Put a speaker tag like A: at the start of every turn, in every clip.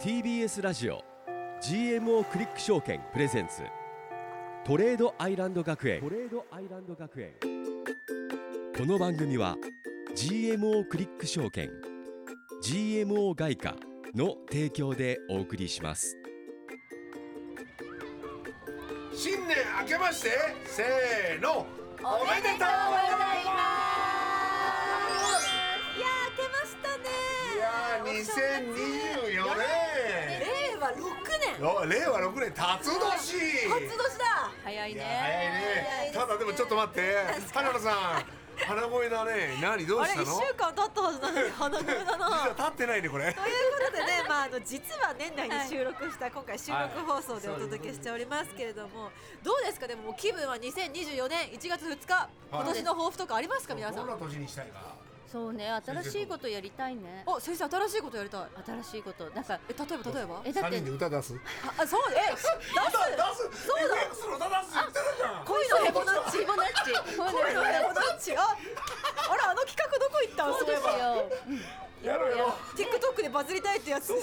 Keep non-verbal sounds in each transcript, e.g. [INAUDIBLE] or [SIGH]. A: TBS ラジオ GMO クリック証券プレゼンツトレードアイランド学園トレードアイランド学園この番組は GMO クリック証券 GMO 外貨の提供でお送りします
B: 新年明けましてせーのおめでとうございます
C: いやー、明けましたね
B: いやー2024年
C: 令和六年
B: お令和6年辰
C: 初
B: 年
C: 年だ早い
B: いや早いねただでもちょっと待って花田さん鼻声だね何ど
C: あ
B: う
C: れ
B: した
C: 一
B: の
C: 週間経ったはずなのに [LAUGHS] 鼻声だな
B: 実は立ってないねこれ
C: ということでね、まあ、あの実は年内に収録した、今回収録放送でお届けしておりますけれども、どうですかでももう気分は2024年1月2日、今年の抱負とかありますか皆さ
B: どんなん年にしたいか
D: そうね、新しいことやりたいね。
C: お先生新しいことやりたい
D: 新しいこと、なんか、
C: え例えば例えば
D: え、だっ
B: 三
D: て
B: 人で、歌出す
C: ああそう
B: [LAUGHS]
C: え出す
B: 出すそうだ FX の歌出す言ってたじゃん
C: 恋のヘボナッチ
D: チームナッチ。
C: 恋のヘボナッチああらあの企画どこ行ったん
D: そう
C: そういえ
D: です
C: ば
D: よ。
B: やろうやろう
C: TikTok でバズりたいってやつ
B: そうね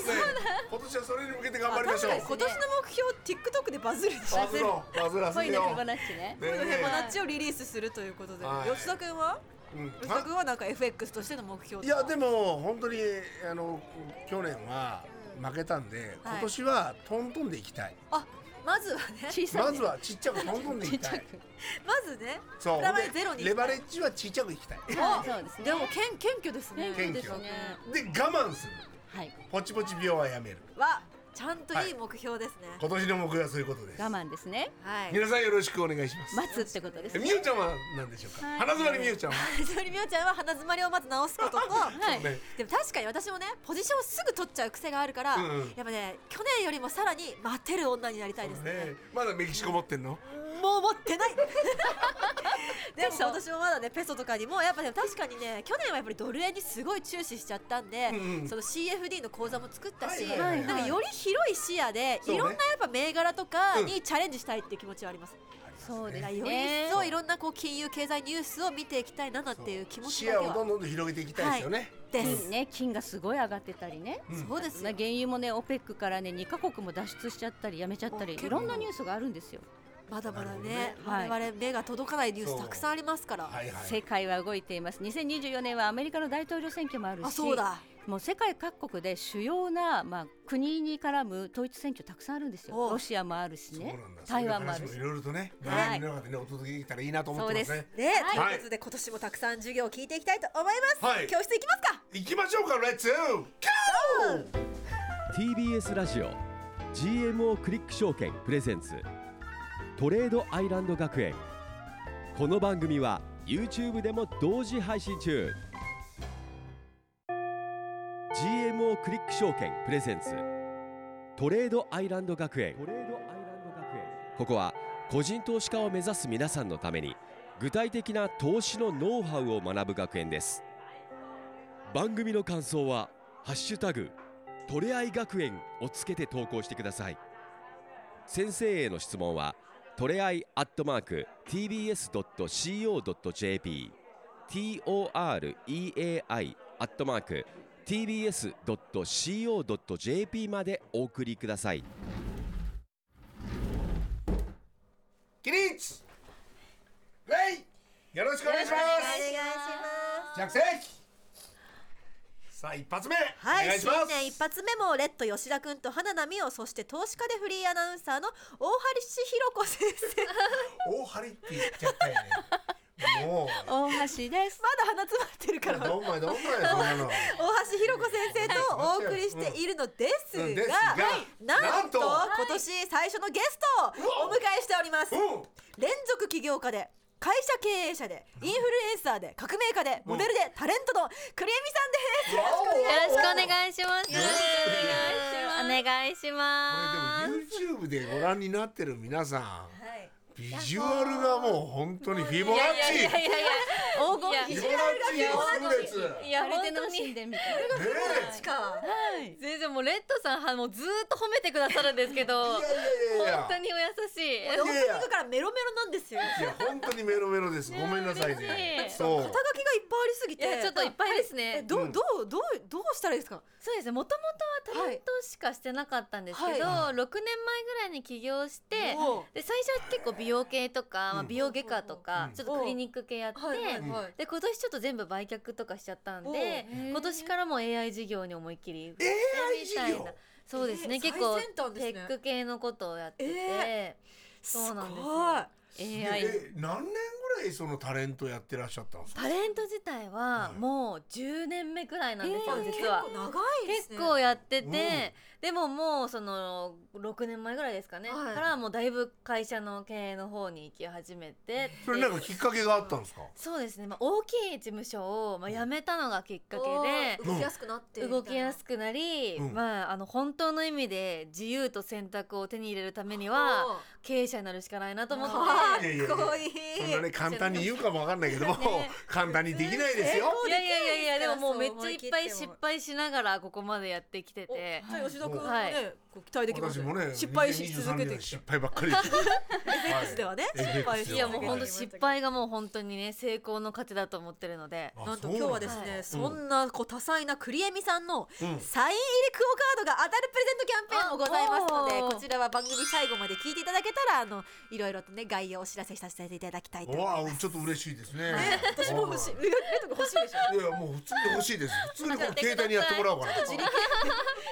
B: 今年はそれに向けて頑張りま
C: 確
B: しょう
C: かに今年の目標 TikTok でバズるでしょ
B: バズろうバズらせ
D: 恋
B: よ
D: の
B: う
D: ヘボナッチ
B: ね
D: ね。
C: 恋のヘボナッチをリリースするということで、
B: はい
C: 吉田君は
B: うん
C: 吉田君はなんか FX としての目標
B: いやで
C: も
B: も本当にあの去年は負けたんで、今年はトントンでいきたい、
C: あまずはね
D: 小さい。
B: まずはちっちゃくトントンでい
D: ち
B: き
D: っち
B: た
D: ゃ
B: い
D: く。
C: [LAUGHS] まずね
B: そう
C: プラマイゼロに
B: でレバレッジはちっちゃくいきたい
C: あ
D: そうですね。
C: でも謙謙虚ですね
B: 謙虚
D: そうですね。
B: で我慢する
D: はい。
B: ポチポチ病はやめる
C: はちゃんといい目標ですね
B: 今年の目標はそういうことです
D: 我慢ですね。
C: はい、
B: 皆さんよろしくお願いします
D: 待つってことです
B: え
D: ね。
B: みゆちゃんは何でしょうか、
D: はい
B: 花園みゆちゃんは、
C: それにみおちゃんは鼻づまりをまず直す
B: [LAUGHS]
C: ことと、
D: はい。
B: ね
C: でも確かに私もねポジションをすぐ取っちゃう癖があるから、
B: うんうん
C: やっぱね去年よりもさらに待てる女になりたいですね
B: ねまだメキシコ持ってんの、
C: もう持っ
B: [LAUGHS]
C: てないで
D: ペ
C: も
D: ソ
C: 今年もまだねペソとかにもやっぱでも確かにね去年はやっぱりドル円にすごい注視しちゃったんで、
B: うんうん
C: その CFD の口座も作ったし、
B: はいはいはい
C: なんかより広い視野で、
B: そうね
C: いろんなやっぱ銘柄とかにチャレンジしたいっていう気持ちはあります、
D: そうで
C: だから
D: す
C: より
D: ね
C: 一。層いろんなこう金融経済ニュースを見ていきたいななっていう気持ち
B: 視
C: だけ
B: 野をど
C: は
B: んどんどん広げていきたいですよね、
C: で
D: 金
C: す、
D: ね、金がすごい上がってたりね。
B: うん
C: そうです
D: な
C: よ
D: 原油もね、オペックからね、2カ国も脱出しちゃったり、やめちゃったり、
C: お結構
D: いろんなニュースがあるんですよ。
C: まだまだね
D: なるほどね
C: 我々目が届かないニュー
B: そ
C: ス
B: う
C: たくさんありますから、
B: はいはい
D: 世界は動いています。2024年はアメリカの大統領選挙もあるし。
C: あそうだ
D: もう世界各国で主要な、まあ、国に絡む統一選挙たくさんあるんですよ
C: おう
D: ロシアもある
B: そ
D: し
B: う
D: ね
B: なんだ
D: 台湾もある
B: そ
D: し
B: ういう話もいろいろとね、
D: はい
B: 皆さんでねお届けできたらいいなと思ってます
D: そう
B: ね
D: で
C: ね、
B: はい
C: ということで今年もたくさん授業を聞いていきたいと思います、
B: はい
C: 教室行きますか
B: 行きましょうかレッツ
A: TBS ラジオ GMO クリック証券プレゼンツトレードアイランド学園この番組は YouTube でも同時配信中 GMO クリック証券プレゼンツトレードアイランド学園ここは個人投資家を目指す皆さんのために具体的な投資のノウハウを学ぶ学園です番組の感想は「ハッシュタグトレアイ学園をつけて投稿してください先生への質問はトレアイアットマーク tbs.co.jp toreai アットマーク tbs.co.jp までお送りください
B: 起立レイよろしくお願いします着席さあ一発目、
C: はい
B: お願いします
C: 新年一発目もレッド吉田君と花奈美桜そして投資家でフリーアナウンサーの大橋ひろ子先生
B: [LAUGHS] 大張りって言っちゃったよねもう
D: 大橋です
C: まだ鼻詰まってるから大
B: どんまいどんまいそんなの
D: [LAUGHS]
C: 橋ひろ子先生とお送りしているのですが,、
B: うんですが
C: なんと
B: なん
C: 今年最初のゲストをお迎えしております
B: うん
C: 連続起業家で会社経営者でインフルエンサーで革命家でモデルでタレントの栗江美さんです、
D: よろしくお願
B: こ
D: いします
B: よろし
D: お願いしま
B: れでも YouTube でご覧になってる皆さん
C: はい
B: ビジュアルがもう本当にフィボナッ
D: すいやいや
B: チ
D: いやいや黄金
B: フィ
D: 比重
B: ボナッチの数列
E: いや
D: あれ
E: 本
D: で
E: 当
D: 楽し
E: に
D: んでみたい
B: ね
D: な
B: え
C: しか
E: 全然もうレッドさんはもうずーっと褒めてくださるんですけど
B: いやいやいやいや
E: 本当にお優しい
C: オープニングからメロメロなんですよ
B: いや本当にメロメロですごめんなさい
E: 嬉し
B: ね
E: い
B: そう
C: 肩書きがいっぱいありすぎて、
E: いやちょっといっぱいです
C: え
E: ね
C: ど
B: う
C: うんどうどうどうしたらいいですか。
E: そうですねもともとはタレントしかしてなかったんですけど、
B: は
E: 6年前ぐらいに起業して
C: おう
E: で最初は結構美容系とか、まあ、
B: うん
E: 美容外科とか、
B: うん
E: ちょっとクリニック系やって、
C: はいはいはい。
E: で今年ちょっと全部売却とかしちゃったん
C: おう
E: で今年からも AI 事業に思いっきり振ってみたい
B: AI 事
E: な
B: 業
E: そうですね、
C: えー
E: 結構
C: 最先端です
E: テ
C: ね
E: ック系のことをやってて、そうなんですよ
C: すごい
E: AI
B: え何年ぐらいそのタレントやってらっしゃったんですか
E: タレント自体は
B: はい
E: もう10年目くらいなんですよ、
C: えー
E: 実は
C: 結構長いですね。
E: 結構やってて、
B: うん
E: でももうその6年前ぐらいですかね、
C: はい
E: からもうだいぶ会社の経営の方に行き始めて
B: それなんかきっかけがあったんですか
E: そうですね、まあ、大きい事務所を、まあ、辞めたのがきっかけ
C: おー動きやすくなって
E: で動きやす
C: く
E: くなり、
B: うん
E: まあ、あの本当の意味で自由と選択を手に入れるためには経営者になるしかないなと思って
C: か
B: いやいやい
C: っ
B: や
C: こいい。
B: そんなね簡単に言うかもわかんないけども、
E: ね
B: 簡単にできないですよ。
E: いやいやいやいやでももうめっちゃいっぱい
C: そう
E: 失敗しながらここまでやってきて
C: お
E: て
C: じゃあ吉田君も
E: は
C: ね
E: い、
C: こう期待できます
B: 私
C: ね
B: もね、
C: 失敗し続け
B: 2023
C: て
B: 年失敗ばっかりです。
C: X ではね
B: はい
C: 失敗し
E: い
C: 続けて
E: やもう
B: はい
E: 本当失敗がもう本当にね成功の糧だと思ってるので
B: あ
C: なんと今日はですね、
E: はい
C: そんなこう多彩なクリエミさんの
B: そうなんだ
C: サイン入りクオカードが当たるプレゼントキャンペーンもございますの
E: あお
C: でこ
E: ー
C: ちらは番組最後まで聞いていただけたらあのいろいろとね概要をお知らせさせていただきたいと
B: うん。
C: 思い
B: わ
C: ま
B: あ、
C: す。
B: ちょっと嬉しいですね。
C: 私も欲しい。レッド君欲しいでしょ。
B: い。いやもう普通に欲しいです。普通にこの携帯にやってもらおうかな。
C: 自力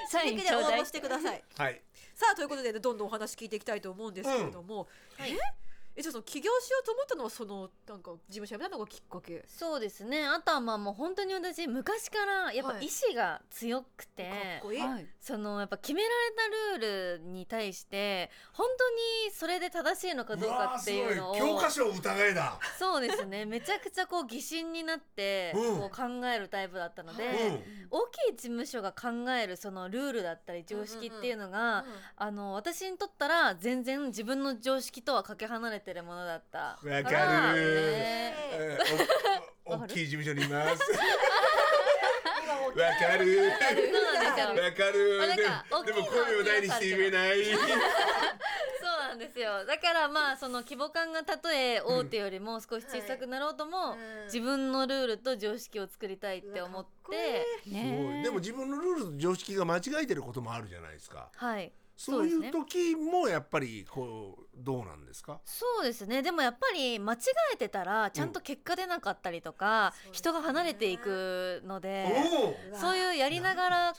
D: サ
C: 自
D: イン
C: 力
D: ち
C: で
D: ょ
C: 応
D: うだい
C: 募してください。
B: はい。
C: さあということでどんどんお話聞いていきたいと思うんですけれども、
E: うんはい
C: ええじゃあその起業しようと思ったのはそのなんか事務所辞めたのがきっかけ。
E: そうですねあとはまあもう本当に私昔からやっぱ
C: はい
E: 意志が強くて、
C: かっこいい。
D: はい
E: そのやっぱ決められたルールに対して本当にそれで正しいのかどうかっていうのを
B: わあすごい教科書を疑いだ。
E: そうですねめちゃくちゃこう疑心になって
B: うん
E: こう考えるタイプだったので、
B: うん。
E: 大きい事務所が考えるそのルールだったり常識っていうのが、あの私にとったら全然自分の常識とはかけ離れてるものだった
B: わかる
C: えー
E: ら
B: えーお大きい事務所にいます。わかる。
E: そうなんですよ
B: わかる
E: あなん。
B: で
E: か
B: もでも
E: 大きいのは
B: 声を大にして言えない。
E: そうなんですよだからまあその規模感がたとえ大手よりも少し小さくなろうとも、自分のルールと常識を作りたいって思
C: うわ
E: っ
C: か
E: て
B: すごい
D: ね
B: でも自分のルールと常識が間違えてることもあるじゃないですか。
E: はい
B: そうい
E: そう
B: う
E: です
B: 時もやっぱりこうどうなんですか。
E: そうですねでもやっぱり間違えてたらちゃんと結果出なかったりとか、
C: うん
E: 人が離れていくので。
B: おお。
E: そういうやりながら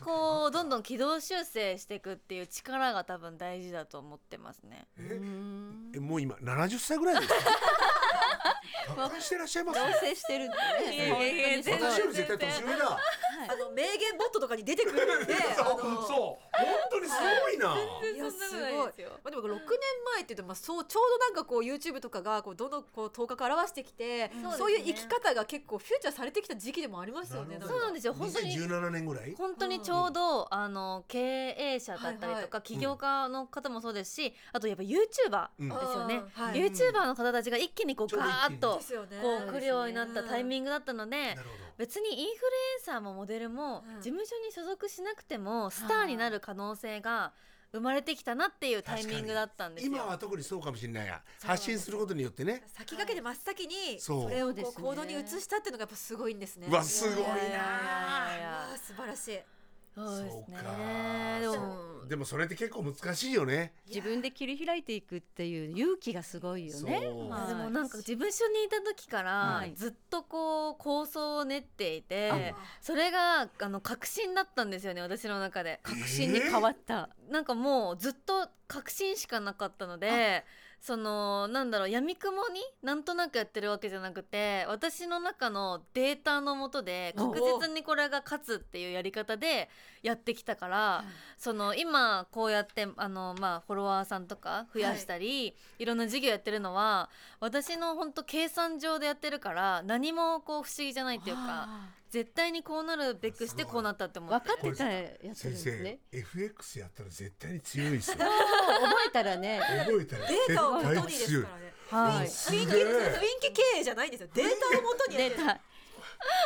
B: な
E: こう
B: か
E: んどんどん軌道修正していくっていう力が多分大事だと思ってますね。
B: ええもう今70歳ぐらい
E: [LAUGHS]
B: ですか。達観してらっしゃいます、ね。
D: 成してるんでね
E: いやいやいや全然
B: 私より絶対年上だ。
C: あの名言ボットとかに出てくるんで
B: そう
C: あの
B: そう本当にすごいな。
C: いやす
E: そん
C: ご。
E: ないことないですよ
C: まあでも6年前って言うとまあそうちょうどなんかこう YouTube とかがこうどんどんこう頭角を表してきて、
E: そうですね
C: そういう生き方が結構フューチャーされてきた時期でもありますよね。
B: なる
E: そ
B: ほ
E: う
B: ど
E: なんですよ本当に
B: 2017年ぐらい。
E: 本当にちょうどあの経営者だったりとか起業家の方もそうですしあとやっぱ YouTuber
B: うん
E: ですよね
C: うんはい
E: YouTuber の方たちが一気にこう
B: ちょうど一
E: ガ
B: 気
E: ー
B: に
E: ッと
C: ですよね。
E: こう来るようになったタイ
C: ン
E: ミングだったの
B: な
E: で
B: るほ
E: 別にインフルエンサーもモデルも
C: うん
E: 事務所に所属しなくてもスターになる可能性が生まれてきたなっていうタイミングだったんで
B: ど。
E: すよ。
B: 今は特にそうかもしれないが発信することによってね。
C: 先駆けて真っ先に
B: そう
C: それを
D: そうで
C: こ
D: す
C: う
D: ね
C: 行動に移したっていうのがやっぱすごいんですね。
B: うわすごい
E: いやいやいやいや
C: うわ素晴らしい。
E: そうですね
B: そうか。
E: でも
B: そうでもそれって結構難しいよね。
D: 自分で切り開いていくっていう勇気がすごいよね。
B: そう
D: はい
E: でもなんか事務所にいた時から
D: はい
E: ずっとこう構想を練っていて、
C: あ
E: それがあの確信だったんですよね私の中で
D: 確信に変わった。
E: なんかもうずっと確信しかなかったのでそのなんだろうやみくもになんとなくやってるわけじゃなくて私の中のデータのもとで
C: お
E: 確実にこれが勝つっていうやり方でやってきたから
D: い
E: その今こうやってあの、まあ、フォロワーさんとか増やしたり、い、ろんな事業やってるのは私の本当計算上でやってるから何もこう不思議じゃないっていうか
D: あ
E: 絶対にこうなるべくしてこうなったって
D: ー
E: 思って
D: 分かってたらやってるん
B: 先
D: です
B: 生
D: ね。、
B: FX やったら絶対に強いですよ。
D: そう [LAUGHS] 覚えたらね。
B: 覚えたら
C: データを元
B: 絶対
C: にです
B: 強い
C: からね。
D: はい。
B: すげ
C: 雰囲気
B: え。
C: 経営じゃないんですよ。データを元にやって
D: 出
C: る。
D: た。
C: こ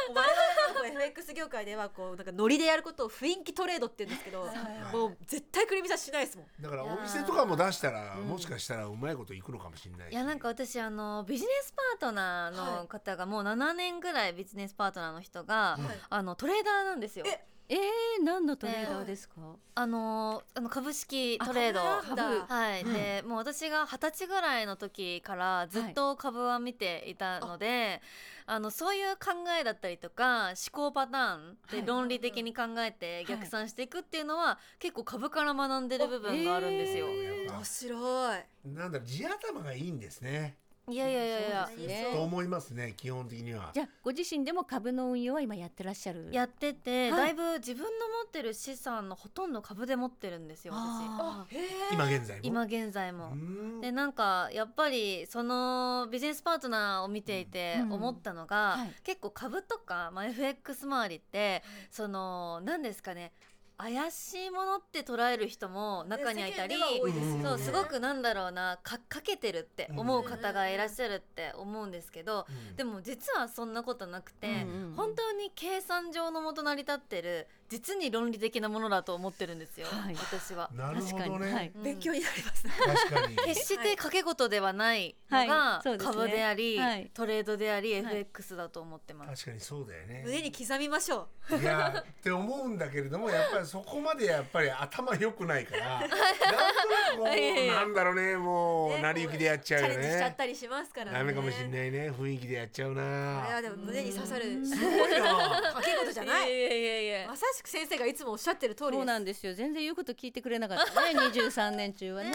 C: う我々はこう FX 業界ではこうなんかノリでやることを雰囲気トレードって言うんですけどもう絶対クリミさんしないですもん
B: だからお店とかも出したらもしかしたらうまいこといくのかもしれないし
E: いやなんか私あのビジネスパートナーの方がもう7年ぐらいビジネスパートナーの人が、
C: はい
E: あのトレーダーなんですよ。
C: え
D: えー、何のトレーダーですか、
E: あのあの株式トレード
C: あ株なんだ
E: はい、でもう私が二十歳ぐらいの時からずっと株は見ていたので、あのそういう考えだったりとか思考パターン
D: は
E: で
D: い
E: 論理的に考えて逆算していくっていうのは、結構株から学んでる部分があるんですよ。
B: やっぱ
C: 面白い
B: なんだろう地頭がいいんですね
E: いやいやいやいや
D: そうですね
B: と思いますね基本的には
D: じゃあご自身でも株の運用は今やってらっしゃる
E: やってて、
C: はい
E: だいぶ自分の持ってる資産のほとんど株で持ってるんですよ私
D: あ
C: へえ
B: 今現在も
E: 今現在
B: う
E: も。
B: ん
E: でなんかやっぱりそのビジネスパートナーを見ていて
D: うん
E: 思ったのが、
D: うんはい
E: 結構株とか、まあ、FX 周りってその何ですかね怪しいものって捉える人も中にはいたり、
C: 世間では多いですよね
E: そうすごくなんだろうなかかけてるって思う方がいらっしゃるって思うんですけど、
B: うん
E: でも実はそんなことなくて、
D: うんうん
E: 本当に計算上のもと成り立ってる実に論理的なものだと思ってるんですよ、
D: はい
E: 私は。
B: なるほど
D: 確かにはい
B: ね
E: うん
C: 勉強になりますね
B: 確か
E: [LAUGHS]
B: に
E: 決して掛け事ではないの
D: はい
E: が
D: そうですね
E: 株であり、
D: はい
E: トレードであり、
D: い
E: FX だと思ってます。
B: 確かにそうだよね
C: 胸に刻みましょ
B: いやって思うんだけれどもやっぱりそこまでやっぱり頭良くないからなんとなくこ
E: いやいうや
B: なんだろうねも
C: ね
B: う成り行きでやっ
C: うチ
B: ちゃうよ
C: ャレンジしちゃっ
B: ね
C: たりしますからね
B: ダメかもしれないね雰囲気でやっちゃう
C: あれは
B: な
C: でも胸に刺さる
B: すごいな
C: かけ事じゃない
E: やいやいやいや
C: まさしく先生がいつもおっしゃってる通りです
D: そうなんですよ全然言うこと聞いてくれなかった [LAUGHS] ね23年中はね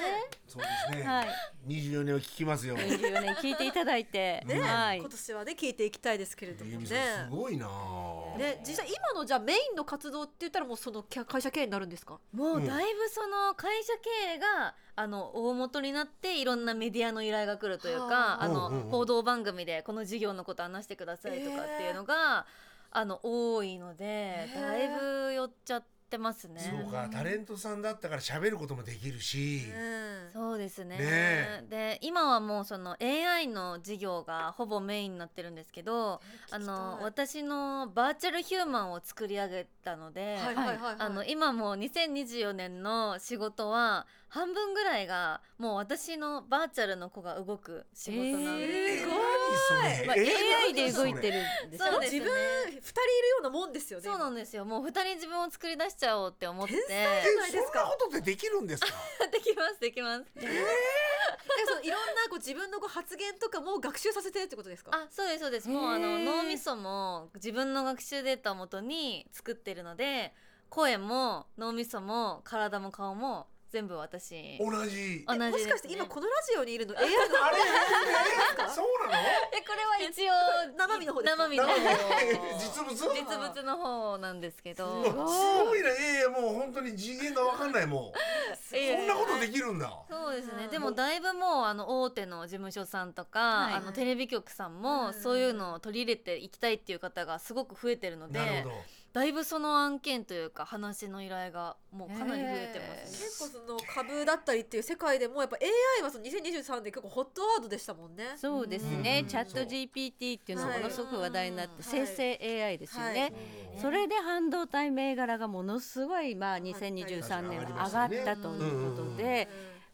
B: そうですね、
D: はい
B: 24年を聞きますよ
D: 24年聞いていただいて、
B: ね
D: はい
C: 今年はね聞いていきたいですけれども
B: ゆみ
C: ね
B: さんすごいな
C: ね実際今のじゃあメインの活動って言ったらもうその会社経営になるんですか
E: も
B: うん
E: うだいぶその会社経営があの大元になっていろんなメディアの依頼が来るという
C: は
E: か
C: あ
E: あの
B: うんうんうん
E: 報道番組でこの事業のこと話してくださいとかっていうのが、あの多いので
C: ー
E: だいぶ寄っちゃってますね。
B: そうかタレントさんだったから喋ることもできるし、
C: うん
E: そうですね
B: ねえ
E: で今はもうその AI の事業がほぼメインになってるんですけどあの私のバーチャルヒューマンを作り上げたので、
C: はいはいはいはい
E: あの今もう2024年の仕事は半分ぐらいがもう私のバーチャルの子が動く仕事なんです。
B: え
C: す
B: ー
C: ごい
B: 何それ
D: まあ、
B: えー
D: AI で動い
B: 何そ
D: て
B: れ
D: るんです
E: そう
D: よ
E: で
C: 自
E: すね
C: 分二人いるようなもんですよね
E: そうなんですよもう二人自分を作り出しちゃおうって思って
C: 天
B: え
C: 才じゃないです
B: そんな
C: か
B: ことってできるんですか
E: [LAUGHS] できますできます
C: なんかそのいろんなこう自分のこう発言とかも学習させてるってことですか
E: あそうですそうですもうあ
D: へ
E: の
D: ー
E: 脳みそも自分の学習データをもとに作ってるので声も脳みそも体も顔も全部私同
B: 同じ
E: じです、ね、
C: もしかして今このラジオにいるの AI
B: あれ、
C: の
B: えーそうなの
E: えこれは一応
C: 生身の方ですか
E: 生身の方
B: 実物
E: 実物の方なんですけど
B: うわすごいな、いやいやもう本当に次元がわかんないも
E: [LAUGHS]
B: う。
E: いやいや
B: そんなことできるんだ。
E: そうです
C: う
E: ね
C: ん
E: でもだいぶもうあの大手の事務所さんとか、
D: はい
E: あのテレビ局さん
C: うん
E: もそういうのを取り入れていきたいっていう方がすごく増えてるので
B: なるほど。
E: だいぶその案件というか話の依頼がもうかなり増えてますね。
C: 結構その株だったりっていう世界でもやっぱ AI はその2023で結構ホットワードでしたもんね
D: そうです
B: う
D: ね
B: ん
D: チャット GPT っていうのがものすごく話題になって、
C: はい
D: 生成 AI ですよね、
C: はい
D: それで半導体銘柄がものすごい、まあ、2023年は上がったということで、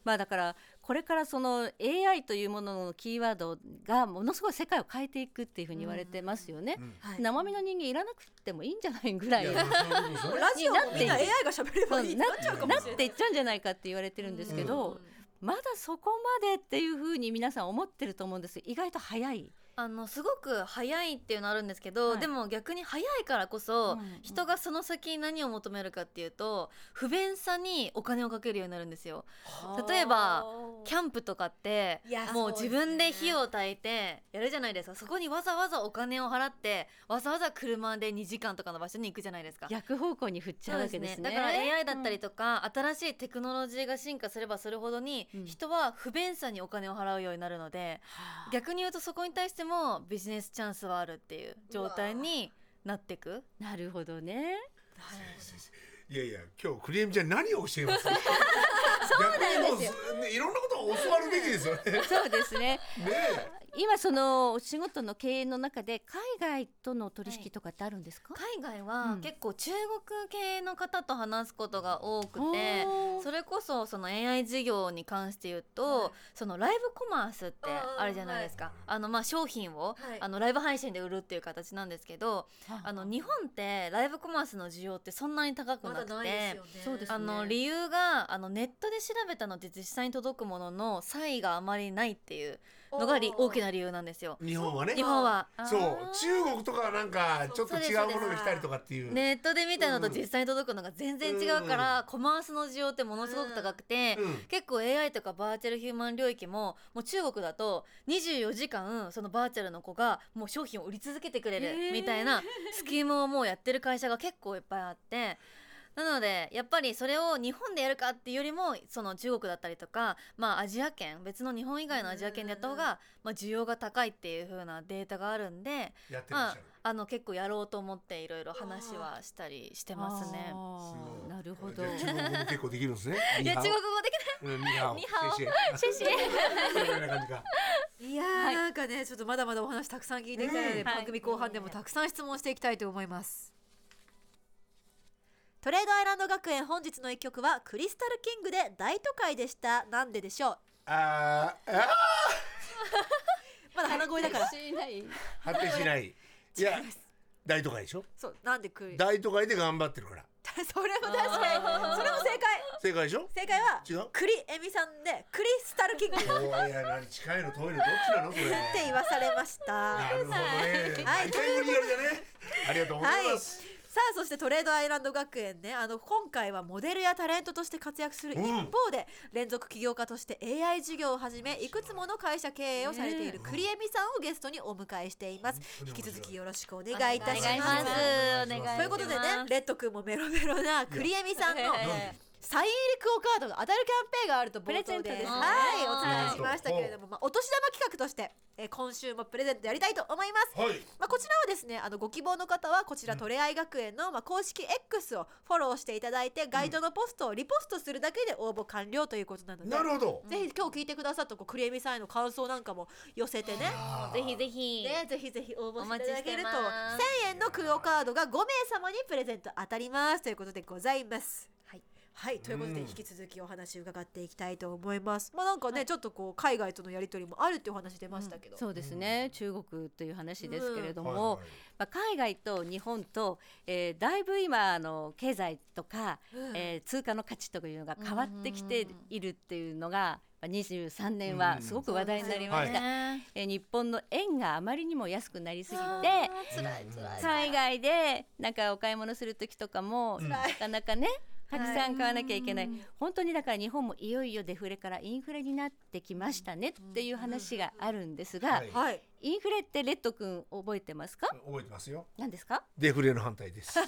D: まあ、だからこれからその AI というもののキーワードがものすごい世界を変えていくっていうふうに言われてますよね。
B: うん
C: はい
D: 生身の人間いらなくてもいいんじゃないぐら
B: い
D: い
B: や
D: な
B: まあそういうこと
C: もう
B: ね
C: ラジオもみんな AI が喋ればいいって
D: な
C: なっちゃうかも
D: なっ
C: しれない
D: ていっちゃうんじゃないかって言われてるんですけど、まだそこまでっていうふうに皆さん思ってると思うんですけど意外と早い。
E: あのすごく早いっていうのあるんですけど、
D: はい
E: でも逆に早いからこそ、
D: うんうん
E: 人がその先に何を求めるかっていうと不便さにお金をかけるようになるんですよ。例えばキャンプとかって
C: いや
E: もう
C: そうで
E: 自
C: すね
E: 分で火を焚いてやるじゃないですかそこにわざわざお金を払ってわざわざ車で2時間とかの場所に行くじゃないですか。
D: 逆方向に振っちゃうわけですね。
E: だから AI だったりとか、新しいテクノロジーが進化すればするほどに、
D: うん
E: 人は不便さにお金を払うようになるので逆に言うとそこに対してもビジネスチャンスはあるっていう状態になってく
D: [LAUGHS] なるほどね。
B: いやいや、今日クリエムちゃん何を教えます。そうなんですよ。ねいろんなことを教わるべきですよね。ね
D: そうですね。
B: え
D: 今そのお仕事の経営の中で海外との取引とかってあるんですか、
E: 海外
D: う
E: は
D: ん
E: 結構中国系の方と話すことが多くて、
D: おー
E: それこそその AI 事業に関して言うと、
C: はい
E: そのライブコマースって
C: うん
E: あるじゃないですか、あのまあ商品を、
C: はい
E: あのライブ配信で売るっていう形なんですけどあの日本ってライブコマースの需要ってそんなに高く
C: ま
E: な
C: だ
E: くて。
C: ないですよね。
D: そうです
E: あの理由があのネットで調べたのって実際に届くものの差異があまりないっていうのがり大きな理由なんですよ。
B: 日本はね
E: 日本は
B: そう
D: あー
B: 中国とかはなんかちょっと違うものが来たりとかっていう
E: ネットで見たのと実際に届くのが全然違うから、コマースの需要ってものすごく高くて、
B: うん
E: 結構 AI とかバーチャルヒューマン領域ももう中国だと24時間そのバーチャルの子がもう商品を売り続けてくれ
D: へー
E: るみたいなスキームをもうやってる会社が結構いっぱいあって。なのでやっぱりそれを日本でやるかっていうよりもその中国だったりとか、まあ、アジア圏別の日本以外のアジア圏でやった方が、まあ、需要が高いっていう風なデータがあるんで、
B: やってらっしゃ
E: まあ
B: る、
E: あの結構やろうと思っていろいろ話はしたりしてますね。
D: あー
B: すごい
D: なるほど。
B: じゃあ中国語も結構できるんですね
E: いや中国語でき
B: 国うんニーハオ
E: ニーハオ
B: シェイ
E: ない。シェシ
B: シ
E: ェ
B: ェイそれぐらいな感じか
C: いやー、なんかねちょっとまだまだお話たくさん聞いていきたいので、
E: ん
C: 番組後半でもたくさん質問していきたいと思います、トレードアイランド学園本日の一曲はクリスタルキングで大都会でしたなんででしょう
B: あーあ
C: まだ鼻声だから
D: しない。
B: ー発展しないいや大都会でしょ
C: そうなんでクリ
B: 大都会で頑張ってるから
C: [LAUGHS] それも [LAUGHS] 確かにそれも正解
B: 正解でしょ
C: 正解は
B: 違う
C: クリエミさんでクリスタルキングって
B: おーいや何近いの遠いのどっちなのそれ
C: 言わされました
B: なるほどね
C: はい
B: 大体無理やりだねありがとうございます
C: さあそしてトレードアイランド学園ねあの今回はモデルやタレントとして活躍する一方で、連続起業家として AI 事業をはじめいくつもの会社経営をされている栗江美さんをゲストにお迎えしています、
B: うん
C: 引き続きよろしく [LAUGHS] お願いいたし
E: お願いし
C: ま
E: ます
B: お
E: す。
B: 願いします
C: ということでねレッド君もメロメロな栗江美さんの
E: いや
B: なんで
C: サイン入りクオカードが当たるキャンペーンがあると冒頭で
D: プレゼントです
C: はい
E: あー
C: お伝えしましたけれども、まあ、お年玉企画として、えー今週もプレゼントやりたいと思います
B: はい
C: まあ、こちらはですねあのご希望の方はこちらトレアイ学園の、まあ、公式 X をフォローしていただいてガイドのポストをリポストするだけで応募完了ということなので。
B: なるほど
C: ぜひ今日聞いてくださったこうクレミさんへの感想なんかも寄せてね。
E: ぜひぜひ。
C: ね、ぜひぜひ応募していただけると
E: お待ちしてます
C: 1000円のクオカードが5名様にプレゼント当たりますということでございます。
E: はい、
C: はい、ということで
B: う
C: 引
B: ん
C: き続きお話伺っていきたいと思います。まあなんかね、ちょっとこう海外とのやり取りもあるっていうお話出ましたけど。
D: [LAUGHS] そうですね。中国という話ですけれども、
B: はいはい
D: まあ、海外と日本と、えーだいぶ今あの経済とか、
C: うん
D: えー通貨の価値というのが変わってきているっていうのが、まあ、23年
B: う
D: は
B: ん
D: すごく話題になりました、
E: ね
D: えー日本の円があまりにも安くなりすぎて
E: 辛い辛い。
D: 海外でなんかお買い物する時とかも、
B: ん
D: なかなかねたくさん買わなきゃいけない、本当にだから日本もいよいよデフレからインフレになってきましたねっていう話があるんですが、
B: はい
C: はい。
D: インフレってレッド君覚えてますか
B: 覚えてますよ
D: 何ですか
B: デフレの反対ですえ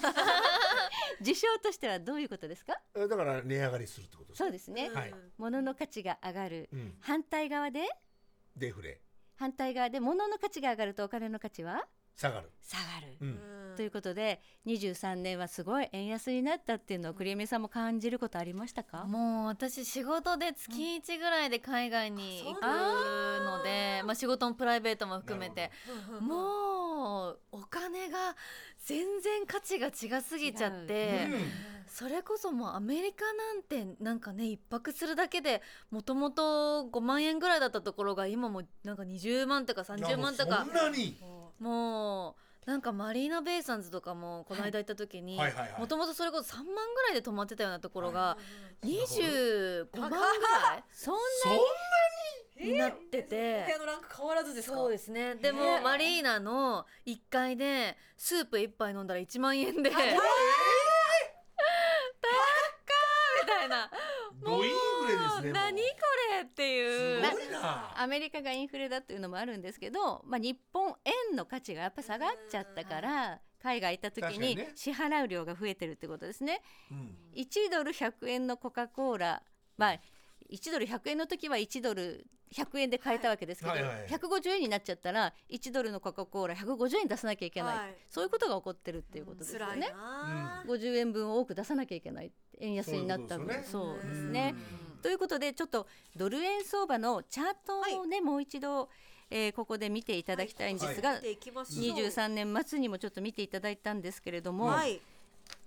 D: 事象としてはどういうことですか
B: だから値上がりするってことです
D: そうですね、
B: はい
D: 物の価値が上がる、
B: うん
D: 反対側で
B: デフレ
D: 反対側で物の価値が上がるとお金の価値は
B: 下がる
D: 下がる、
B: う
C: うんん
D: ということで23年はすごい円安になったっていうのを栗山さんも感じることありましたか、
E: もう私仕事で月一ぐらいで海外に行くので、まあ仕事もプライベートも含めて、もうお金が全然価値が違すぎちゃって、それこそもうアメリカなんてなんかね一泊するだけでもともと5万円ぐらいだったところが今もなんか20万とか30万と
B: あ
E: か
B: もうそんなに
E: もうなんかマリーナ・ベイサンズとかもこの間行った時に
B: はいはいはいはい
E: もともとそれこそ3万ぐらいで泊まってたようなところが25万ぐら
D: そんな
B: そん
E: いになってて。
C: 部屋のランク変わらずですか
E: [LAUGHS] そうですね [LAUGHS] で
C: ね
E: もマリーナの1階でスープ1杯飲んだら1万円で高っみたいな
B: ドインフレですねもう
E: 何これっていう
B: すごいな
D: アメリカがインフレだっていうのもあるんですけど、まあ、日本円の価値がやっぱ下がっちゃったから海外行った
B: 確
D: 時
B: かに
D: に
B: ね
D: 支払う量が増えてるってことですね。
B: うん
D: 1ドル100円のコカ・コーラ、まあ、1ドル100円の時は1ドル100円で買えたわけですけど、
B: はいはいはい
D: 150円になっちゃったら1ドルのコカ・コーラ150円出さなきゃいけない、
C: はい
D: そういうことが起こってるっていうことですよ
C: 辛い
D: ね。
C: なあ、
D: 50円分多く出さなきゃいけない円安になった分
C: そういうこと
D: そう
C: で
D: ですす
C: よ
D: ね。ということでちょっとドル円相場のチャートをね、もう一度、えーここで見ていただきたいんですが、
C: 見ていきましょう
D: 23年末にもちょっと見ていただいたんですけれども、
C: はい。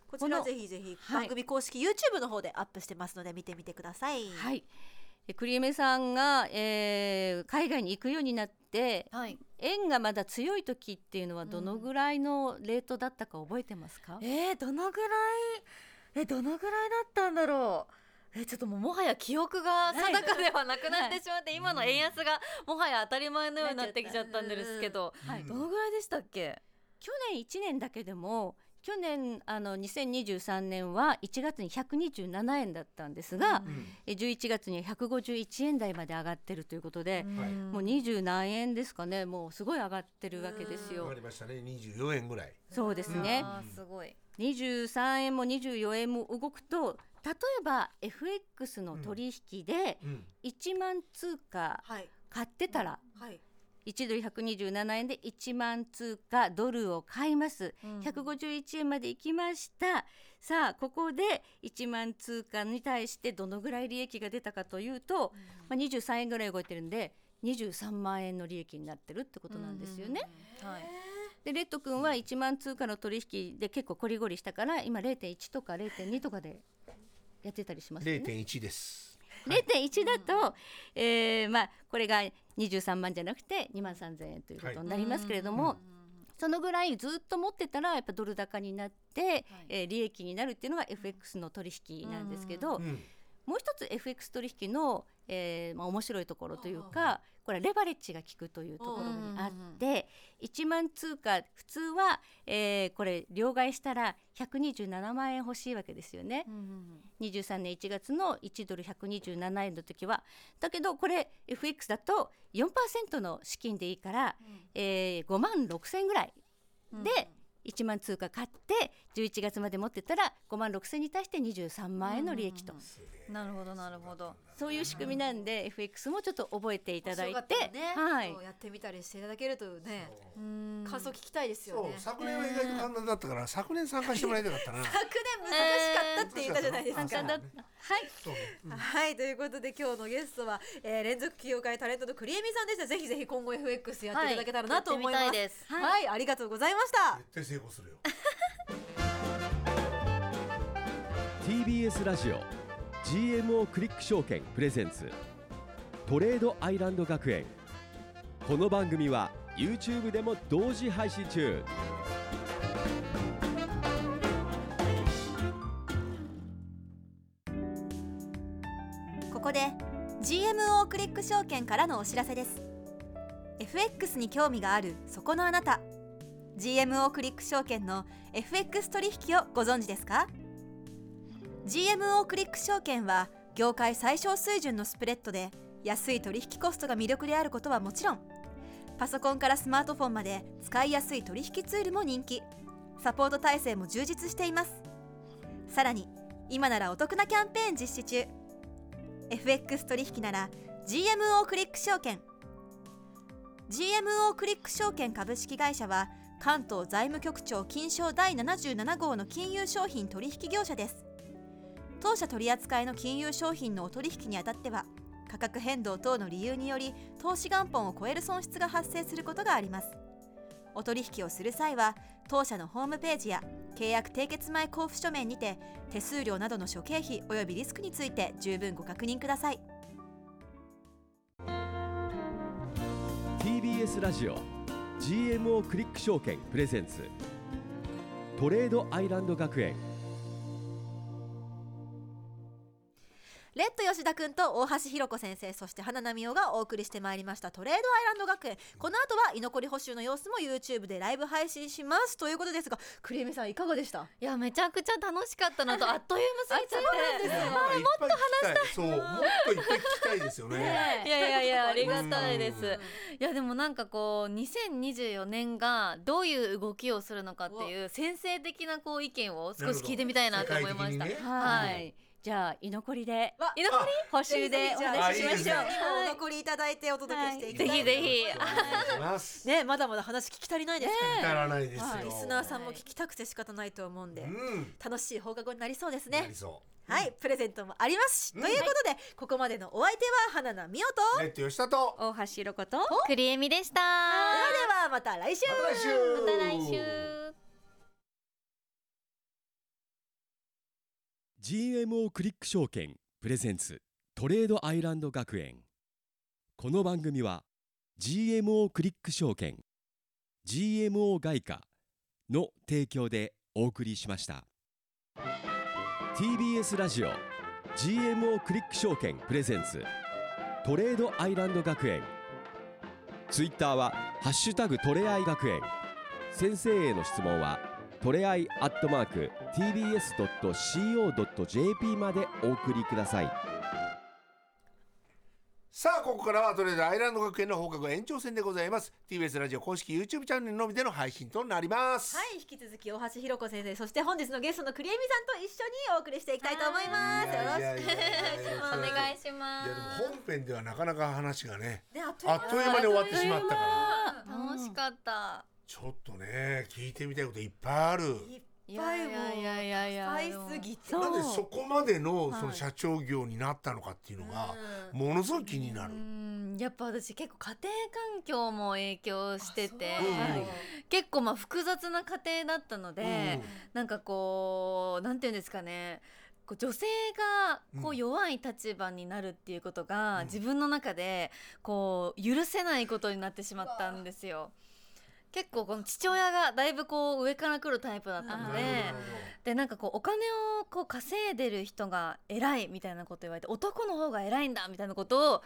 C: こちら
D: この
C: ぜひぜひ
D: はい
C: 番組公式 YouTube の方でアップしてますので見てみてください。。
D: はいい、え栗夢さんが、えー海外に行くようになって
E: [LAUGHS] はい、
D: 円がまだ強い時っていうのはどのぐらいのレートだったか覚えてますか、
E: えー、どのぐらいえどのぐらいだったんだろうえちょっともうもはや記憶が定かではなくなってしまって、今の円安がもはや当たり前のようになってきちゃったんですけど、
D: はい
E: どのぐらいでしたっけ
D: 去年1年だけでも去年あの2023年は1月に127円だったんですが、え11月には151円台まで上がってるということで、
B: はい
D: もう20何円ですかねもうすごい上がってるわけです
B: 上
D: よ
B: が。りましたね24円ぐらい
D: そうですね
E: あーすごい
D: 23円も24円も動くと例えば FX の取引で
B: うん
D: 1万通貨
C: はい。
D: 買ってたら
C: はい。
D: 1ドル127円で1万通貨ドルを買います、
E: うん
D: 151円まで行きましたさあここで1万通貨に対してどのぐらい利益が出たかというと、まあ、23円ぐらい動いてるんで23万円の利益になってるってことなんですよね。
E: はい
D: でレッド君は1万通貨の取引で結構こりごりしたから今0.1とか0.2とかでやってたりしますよね。
B: 0.1です
D: 0.1だと、えーまあ、これが23万じゃなくて2万3000円ということになりますけれども、そのぐらいずっと持ってたらやっぱドル高になって、えー利益になるっていうのが FX の取引なんですけど、
B: うん
D: もう一つ FX 取引の、えーまあ、面白いところというか、これはレバレッジが効くというところにあって、1万通貨普通は、えーこれ両替したら127万円欲しいわけですよね。23年1月の1ドル127円の時はだけどこれ FX だと4%の資金でいいから、えー5万6,000円ぐらいで1万通貨買って11月まで持ってたら5万6,000円に対して23万円の利益と、
E: なるほどなるほど
D: そういう仕組みなんで FX もちょっと覚えていただい
C: 面白か
D: て
C: っ、たらね、
D: はい
C: そうやってみたりしていただけるというね、
E: うん
C: 感想聞きたいですよ
B: そう
C: ね。昨
B: 昨年は意外と簡単だったから昨年参加してもらいたかったな
C: 年難しかったって言ったじゃないですか。
B: 難しかったね
D: はい
B: そうねうん
C: はいということで今日のゲストは、えー、連続起業家タレントのクリエミさんでしたぜひぜひ今後 FX やっていただけたらなと思います,、
E: はい
C: は
E: や
C: い
E: ってみたいです
C: ありがとうございました
B: 絶対成功するよ
A: TBS ラジオ GMO クリック証券プレゼンツトレードアイランド学園この番組は YouTube でも同時配信中
F: ここで GMO クリック証券からのお知らせです FX に興味があるそこのあなた GMO クリック証券の FX 取引をご存知ですか GMO クリック証券は業界最小水準のスプレッドで安い取引コストが魅力であることはもちろんパソコンからスマートフォンまで使いやすい取引ツールも人気サポート体制も充実していますさらに今ならお得なキャンペーン実施中 FX 取引なら GMO クリック証券 GMO クリック証券株式会社は関東財務局長金賞第77号の金融商品取引業者です当社取扱いの金融商品のお取引にあたっては価格変動等の理由により投資元本を超える損失が発生することがありますお取引をする際は当社のホームページや契約締結前交付書面にて手数料などの諸経費およびリスクについて十分ご確認ください
A: TBS ラジオ GMO クリック証券プレゼンツトレードアイランド学園
C: レッド吉田くんと大橋弘子先生そして花奈美桜がお送りしてまいりましたトレードアイランド学園この後は居残り補修の様子も YouTube でライブ配信しますということですがクリエミさんいかがでした
E: いやめちゃくちゃ楽しかったのとあっという間すぎちゃって
B: あれもっと話したいそうもっといっぱい聞きたいですよね
E: いやいやいやありがたいで
B: うん
E: す。いやでもなんかこう2024年がどういう動きをするのかっていう先生的なこう意見を少し聞いてみたいなと思いました。
B: 世界的にね
E: は
D: はいいじゃあ居残りで
C: わ
E: 居残り
D: 補習でお話ししましょう。
B: あいいです
C: お
D: はい
C: 残りいただいてお届けしていきたい、
E: ぜひぜひ
B: お願いします。
C: ねまだまだ話聞き足りないですから、
B: 至らないですよ。
C: リスナーさんも聞きたくて仕方ないと思うんで、
B: うん。
C: 楽しい放課後になりそうです
B: な
C: ね
B: り。そ
C: はい、プレゼントもありますし、ということで、ここまでのお相手は花菜美桜と、
B: う。えっと吉田と。
D: 大橋ろ子と
E: クリエミでした
C: それではまた来週。
B: また来週。
E: また来週
A: GMO クリック証券プレゼンツトレードアイランド学園この番組は GMO クリック証券 GMO 外貨の提供でお送りしました TBS ラジオ GMO クリック証券プレゼンツトレードアイランド学園ツイッターはハッシュタグトレアイ学園先生への質問は「トレアイアットマーク TBS.CO.JP までお送りください
B: さあここからはトレードアイランド学園の放課後延長戦でございます TBS ラジオ公式 YouTube チャンネルのみでの配信となります
C: はい、引き続き大橋ひろ子先生、そして本日のゲストのクリエミさんと一緒にお送りしていきたいと思います。よろしく
B: ろしく
E: お願いし
B: いや
E: ます
B: でも本編ではなかなか話がね
C: ね、あっという
B: あ
C: 間
B: っという間に終わってしまったから
E: 楽しかった
B: ちょっとね聞いてみたいこといっぱいある
C: いっ
E: い
C: ぱいも
E: いやい
C: 買い
E: でも
C: すぎて。
D: そう
B: なんでそこまでの
C: はい
B: その社長業になったのかっていうのが
C: うん
B: ものすごく気になる
E: うんやっぱ私結構家庭環境も影響してて
C: あ
B: う
C: そ
B: ん
C: うなんだ
B: うん
E: 結構まあ複雑な家庭だったので、なんかこうなんていうんですかねこう女性がこ
B: う
E: うん弱い立場になるっていうことが、
B: うん
E: 自分の中でこう許せないことになってしまったんですよ。結構この父親がだいぶこう上から来るタイプだった
B: うん
E: の
B: な
E: で
B: るほどなる
E: でなんかこうお金をこう稼いでる人が偉いみたいなこと言われて男の方が偉いんだみたいなことを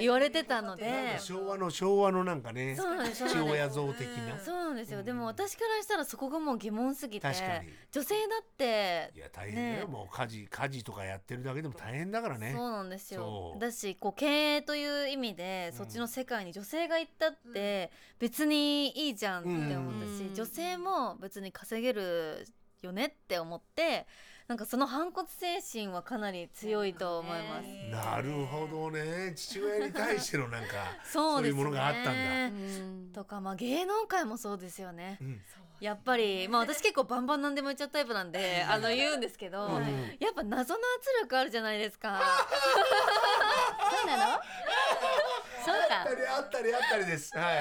E: 言われてたので
B: ほどなんか昭和の昭和のなんかね
E: そうなんですそう
B: 父
E: なんです
B: 親像的な
E: そうなんですよ、
B: うん
E: でも私からしたらそこがもう疑問すぎて
B: 確かに
E: 女性だって
B: いや大変だよ
E: ね
B: もう家事家事とかやってるだけでも大変だからね
E: そうなんです
B: そ
E: よ
B: う
E: だしこう経営という意味で、
B: うん
E: そっちの世界に女性が行ったって別にいいじゃんって思ったし、
C: うん
E: 女性も別に稼げるよねって思ってなんかその反骨精神はかなり強いと思います、
C: ね
B: なるほどね父親に対してのなんか
E: そう
B: そうい
E: ですね
B: うものがあったんだ
D: うん
E: とかまあ芸能界もそうですよね
B: うん
E: やっぱりまあ私結構バンバン何でも言っちゃうタイプな
B: [LAUGHS]
E: んであの言うんですけど、
B: うん
E: やっぱ謎の圧力あるじゃないですか
D: そうなのそう
B: あっ
D: か
B: たりあったりあったりですはい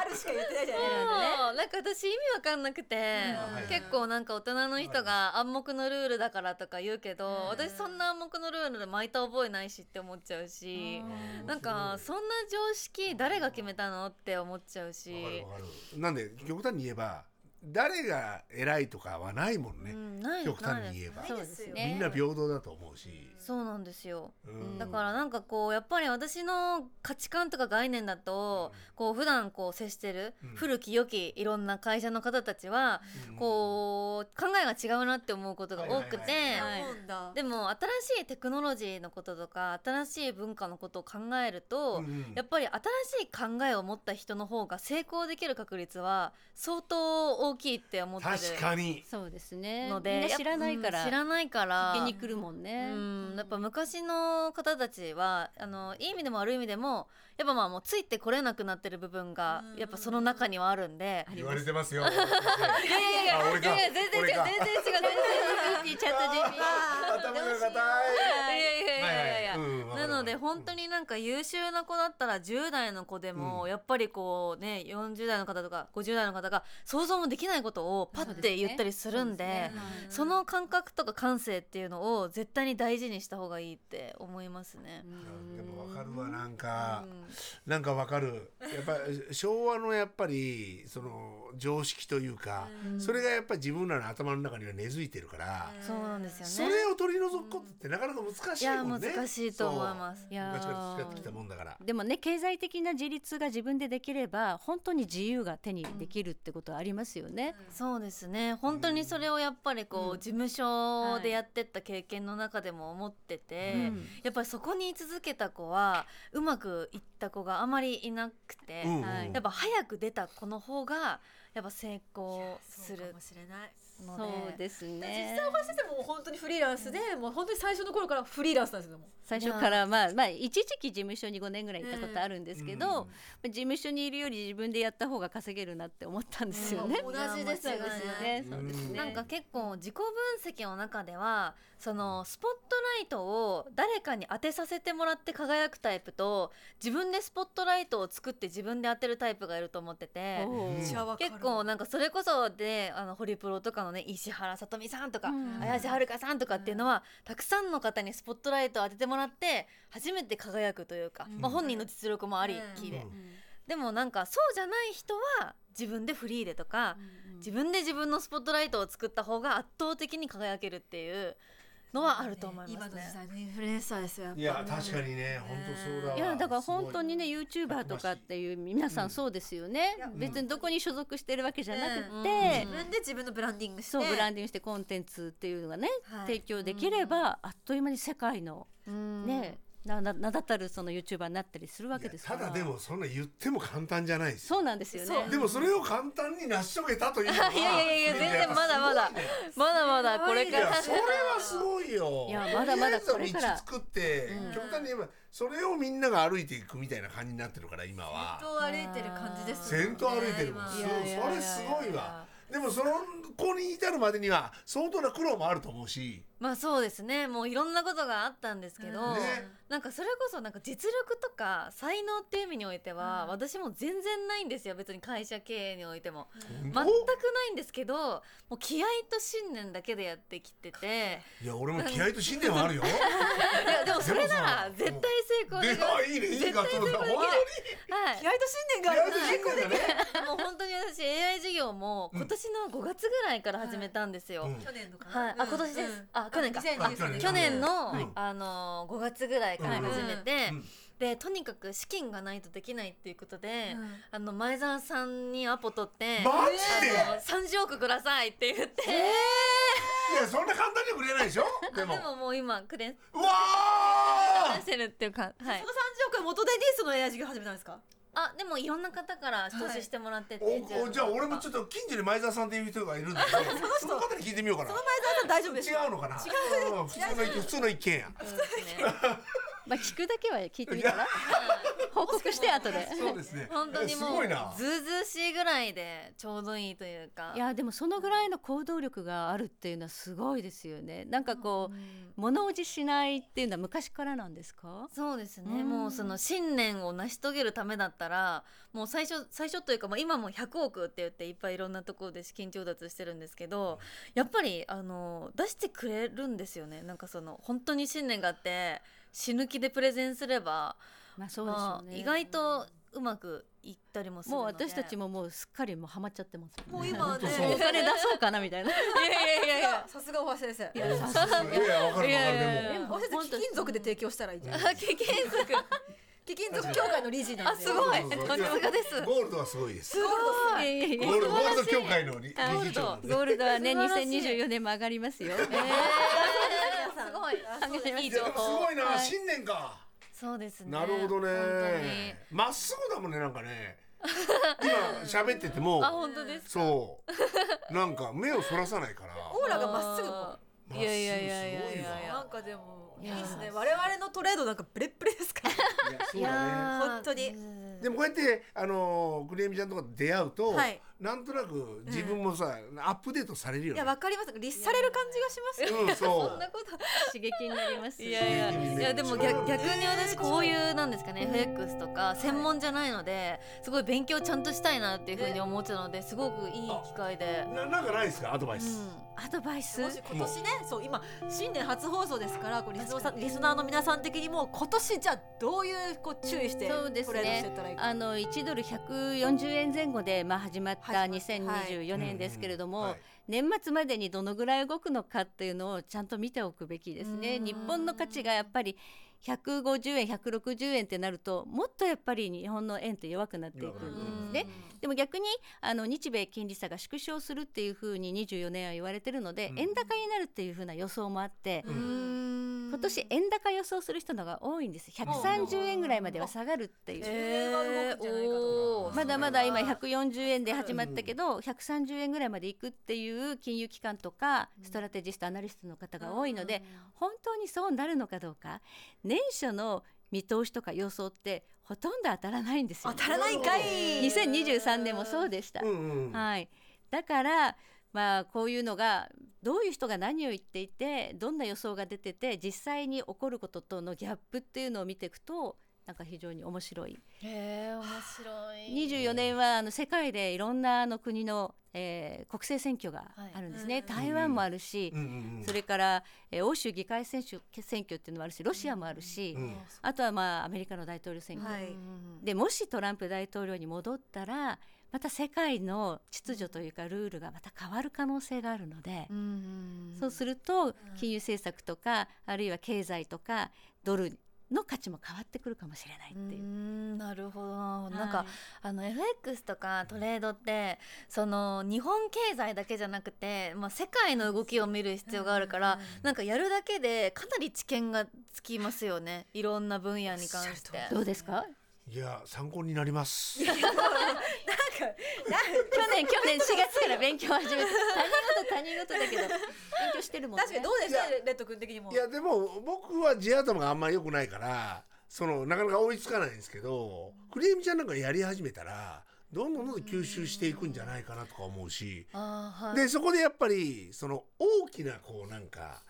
C: あるしか言ってないじゃない
E: そ
C: ですか。
E: うなんか私意味わかんなくて、
B: はい
E: 結構なんか大人の人が暗黙のルールだからとか言うけど、私そんな暗黙のルールで巻いた覚えないしって思っちゃうし、 [LAUGHS] なんかそんな常識誰が決めたのって思っちゃうし、
B: わかるわかるなんで極端に言えば誰が偉いとかはないもんね、
E: うんない
B: 極端に言えば
E: ないですよね
B: みんな平等だと思うし、
E: そうなんですよ
B: うん
E: だからなんかこうやっぱり私の価値観とか概念だとこう普段こう接してる
B: うん
E: 古き良きいろんな会社の方たちは
B: うん
E: こう考えが違うなって思うことが多くて
B: は
C: そうなんだ。
E: でも新しいテクノロジーのこととか新しい文化のことを考えると
B: うん
E: やっぱり新しい考えを持った人の方が成功できる確率は相当大きいって思ってる
B: 確かに
D: そうですね
E: の
D: み
E: で
D: んな知らないか
E: う
D: ら
E: ん知らないから
D: 聞きに来るもんね
E: うん、やっぱ昔の方たちはあのいい意味でも悪い意味でもやっぱまあもうついてこれなくなってる部分が
C: うん
E: やっぱその中にはあるんで。
B: 言われてますよ
E: [LAUGHS] いやいやいや
B: あ俺か
E: いやいや全然違う
B: 俺
E: 全然
B: か
E: 違う全然違うチャット
B: 頭
E: GP
B: が硬い
E: いやいやいやいや
B: はいはいうんわか
E: な
B: る
E: ので本当になんか優秀な子だったら10代の子でも
B: うん
E: やっぱりこうね40代の方とか50代の方が想像もできないことをパッて言ったりするん
D: そうで
E: です
D: ね
C: うん
E: その感覚とか感性っていうのを絶対に大事にした方がいいって思いますね。
B: でもわかるわなんか、なんかわかるやっぱ昭和のやっぱりその常識というか、それがやっぱり自分らの頭の中には根付いてるから、
E: そうなんですよね。
B: それを取り除くことってなかなか難し
E: い
B: い
E: や
B: もんね
E: 難しいと思います。
B: そ
D: い
B: う
D: やー
B: 昔から培ってきたもんだから
D: でもね経済的な自立が自分でできれば本当に自由が手にできるってことはありますよね。
E: そうですね本当にそれをやっぱりこう、
D: うん
E: 事務所でやってった経験の中でも思ってて、
B: うん
E: やっぱりそこに居続けた子はうまくいった子があまりいなくて、
B: うんうん
D: はい
E: やっぱ早く出た子の方がやっぱ成功す
C: そうか
E: る
C: もしれない
E: の
D: そう
E: で
D: です
C: 実
D: ね
C: 際お話ししてても本当にフリーランスで、もう本当に最初の頃からフリーランスなんですよもう
D: 最初からまあまあ一時期事務所に5年ぐらい行ったことあるんですけど、まあ事務所にいるより自分でやった方が稼げるなって思ったんですよね。
C: 同じですよね
E: そうですよ
D: ね
B: うん
D: そうですね。
E: なんか結構自己分析の中ではそのスポットライトを誰かに当てさせてもらって輝くタイプと自分でスポットライトを作って自分で当てるタイプがいると思ってて
D: おー
B: うん
C: めっちゃわかる
E: 結構なんかそれこそであのホリプロとかのね石原さとみさんとか
D: うん
E: 綾瀬はるかさんとかっていうのはたくさんの方にスポットライトを当ててもらって初めて輝くというか、
C: うん
E: まあ、本人の実力もありきで、でもなんかそうじゃない人は自分でフリーでとか、自分で自分のスポットライトを作った方が圧倒的に輝けるっていうのはあると思います
C: 今の時
E: ね。
C: 代のインフルエンサーですよ
B: いや確かにね本当そうだわ
D: いやだから本当にね
B: す
D: YouTuber とかっていう皆さ
B: うん
D: んそうですよね、
C: うん
D: 別にどこに所属してるわけじゃなくて、
E: うん
C: 自分で自分のブランディングして
D: そうブラ
C: ン
D: ンディングしてコンテンツっていうのがね、
C: はい
D: 提供できればあっという間に世界の
E: うん
D: ね、なな名だたるその YouTuber になったりするわ
B: ごい
D: けですから
B: いやただでもそんな言っても簡単じゃないですよ
D: そうなんですよ
C: そう
D: ね
B: でもそれを簡単に成し遂げたというのはい
E: やいやいや
B: みんな
E: 全然まだまだ
B: すごいね
E: まだまだこれ
B: い
E: から
B: やそれはすごいよ
D: いやまだまだ
B: と
D: こ
B: りあえ
D: れ
B: ず
D: か
B: 道
D: ら
B: 作って
E: うん
B: 極端に言えばそれをみんなが歩いていくみたいな感じになってるから今
C: 先
B: は
C: 頭歩いてる感じですよね
B: 先頭歩いてるもん
C: 今
B: そう
E: やいやいやいや
B: それすごいわでもその子に至るまでには相当な苦労もあると思うし
E: まあそうですねもういろんなことがあったんですけど、
C: うん
B: ね
E: なんかそれこそなんか実力とか才能っていう意味においては、
C: うん
E: 私も全然ないんですよ別に会社経営においても
B: 本
E: 全く
B: 当
E: ないんですけどもう気合と信念だけでやってき
B: [LAUGHS]
E: てて
B: いや俺も気合と信念はあるよ
E: いやでもそれ
B: で
E: なら
B: もさ
E: 絶対成功
B: で
E: できます
B: あいいねいいガッツポーズだ本
E: はい
C: 気合と信念があ
B: 当に
C: る
B: 気合と信念がね
E: もう本当に私 AI 授業も今年の5月ぐらいから始めたんですよ。
B: うん
C: 去年のかな
E: はい、あ今年です、
C: うん
E: あ去年か
C: 2020
B: うん
E: 去年の、
B: うん
E: あのー5月ぐらいから始めて、
B: うんうん
E: でとにかく資金がないとできないっていうことで、
C: うん
E: あの前澤さんにアポ取って、
B: マジで
E: あの30億くださいって言って、
B: いやそんな簡単にはくれないでしょで
E: で
B: も
E: ももう今くれ
B: うわー
E: 出せるっていうか、はい
C: その、30億円元手にその AI 授業始めたんですか
E: あでもいろんな方から投資してもらってて、
B: おおじゃあ俺もちょ
E: っ
B: っと近所に前澤さんっていう人がいるんだけどその方に聞いてみようかな
C: 前澤さん大丈夫です
B: 違うのかなうん普通の意見普通の意見や [LAUGHS]
E: と、そうですね、
D: まあ聞くだけは聞いてみたら報告して後で
B: そうですね
E: 本当に
B: す
E: も
B: ご
E: う
B: いな
E: ずうずうしいぐらいでちょうどいいというか
D: いやでもそのぐらいの行動力があるっていうのはすごいですよねなんかこう、
E: うん
D: 物おじしないっていうのは昔からなんですか
E: そうですね、
D: うん
E: もうその信念を成し遂げるためだったらもう最初最初というか、まあ、今も100億って言っていっぱいいろんなところで資金調達してるんですけどやっぱりあの出してくれるんですよねなんかその本当に信念があって死ぬ気でプレゼンすれば、
D: まあそうですよ
E: ま
D: ね、
E: あ、意外とうまくいったりもする
D: もう
E: ので
D: 私たち
E: も
D: ももうすっかりもうハマっちゃってます
C: も
D: もん
C: う
D: ね
C: 今はね
B: 本当そう
D: お金出そうかなみたいな
E: いやいやいやいや
C: さすが大橋先生
D: いやさす
B: いやいやわかるわかる
E: いやいやいや
D: で
C: 大橋
D: も
C: 先生貴金属で提供したらいいじゃん
E: [LAUGHS] あ貴金属
C: 貴金属協会の理事なん
E: あ
C: ですす
E: ごい
B: そうそうそう
E: さすがです
B: ゴールドはすごいです
E: すご
D: いや
E: い
D: いやい
B: ゴ
D: や
B: ールドゴールド協会の理理
E: あゴー
B: 事
E: ルド
B: 長で
D: ゴールドはね
E: 素晴らしい
D: 2024年も上がりますよ、
E: すごい
C: あそうです
E: いい
B: いや
E: 情
B: でもす
E: 報
B: ごいな
D: はい
B: 信念か
E: そうですね
B: なるほど
E: 本
B: ねまっすぐだもんねなんかね今喋ってても
E: 当にあ本当です
B: そうなんか目をそらさない
E: [LAUGHS]
B: から
C: オーラがまっすぐも
B: まっすぐすご
E: いやいやいやいやいや
B: いわ
C: なんかでもい
E: い
C: い
E: や
C: ですね我々のトレードなんかブレッブレですから
B: いやそう
E: いや
B: だね
E: ー
C: 本当に
E: うん
B: でもこうやってあのークレミちゃんとかと出会うと、
C: はい
B: なんとなく自分もさ、アップデートされるよ
C: い
B: ね
C: やわかります律される感じがしますよ
B: う
E: [LAUGHS]
B: んそう
E: そんなこと
D: 刺激になります
E: いやい
B: 刺激
E: や
B: に
E: い
B: ね
E: やでも
B: そう
E: 逆逆に私こういうなんですかね FX とか専門じゃないのですごい勉強ちゃんとしたいなっていうふうに思ってたのですごくいい機会で、
B: ななんかないですかアドバイ
E: う
B: ス、
E: ん、
D: アドバイス
C: もし今年ねそう今新年初放送ですからこうリスナーさんリスナーの皆さん的にも今年じゃあどういうこう注意して
D: そうです
C: トレードして
D: ね
C: ったらいいか
D: あの1ドル140円前後で、まあ、始まった
C: 始まった
D: 2024年ですけれども、
B: はい
D: 年末までにどのぐらい動くのかっていうのをちゃんと見ておくべきですね。
E: うん
D: 日本の価値がやっぱり150円160円ってなるともっとやっぱり日本の円って弱くなっていくんですね。でも逆にあの日米金利差が縮小するっていうふうに24年は言われてるので、
B: うん
D: 円高になるっていうふうな予想もあって、
B: うん
E: うん
D: 今年円高予想する人のが多いんです130円ぐらいまでは下がるっていう、
E: えー、おー
D: まだまだ今140円で始まったけど、130円ぐらいまでいくっていう金融機関とかストラテジストアナリストの方が多いので、本当にそうなるのかどうか年初の見通しとか予想ってほとんど当たらないんですよ、
C: 当たらないんかい
D: 2023年もそうでした、
B: うんうん
D: はいだからまあこういうのがどういう人が何を言っていてどんな予想が出てて実際に起こることとのギャップっていうのを見ていくとなんか非常に面白い。
E: へえ面白い
D: 24年はあの世界でいろんなあの国の、えー、国政選挙があるんですね、
C: はい
D: 台湾もあるし、
B: うんうんうん
D: それから、えー欧州議会選挙選挙っていうのもあるしロシアもあるし、
B: うん
D: あとはまあアメリカの大統領選挙、
C: はい
D: でもしトランプ大統領に戻ったらまた世界の秩序というかルールがまた変わる可能性があるので、そうすると金融政策とかあるいは経済とかドルの価値も変わってくるかもしれないっていうう。
E: んなるほどななん
D: は
E: か
D: い
E: あの FX とかトレードってその日本経済だけじゃなくて、まあ、世界の動きを見る必要があるからなんかやるだけでかなり知見がつきますよねいろんな分野に関して。
D: どうですか
B: いや参考になります。
D: 去年去年4月から勉強を始
C: [LAUGHS]
D: めて他人事他人事だけど勉強してるもんね
C: 確かにどうでしたレッド君的にも
B: いやでも僕は地頭があんまり良くないからそのなかなか追いつかないんですけどクリームちゃんなんかやり始めたらどんどんどんどん吸収していくんじゃないかなとか思うし
E: あーはい
B: でそこでやっぱりその大きなこうなんか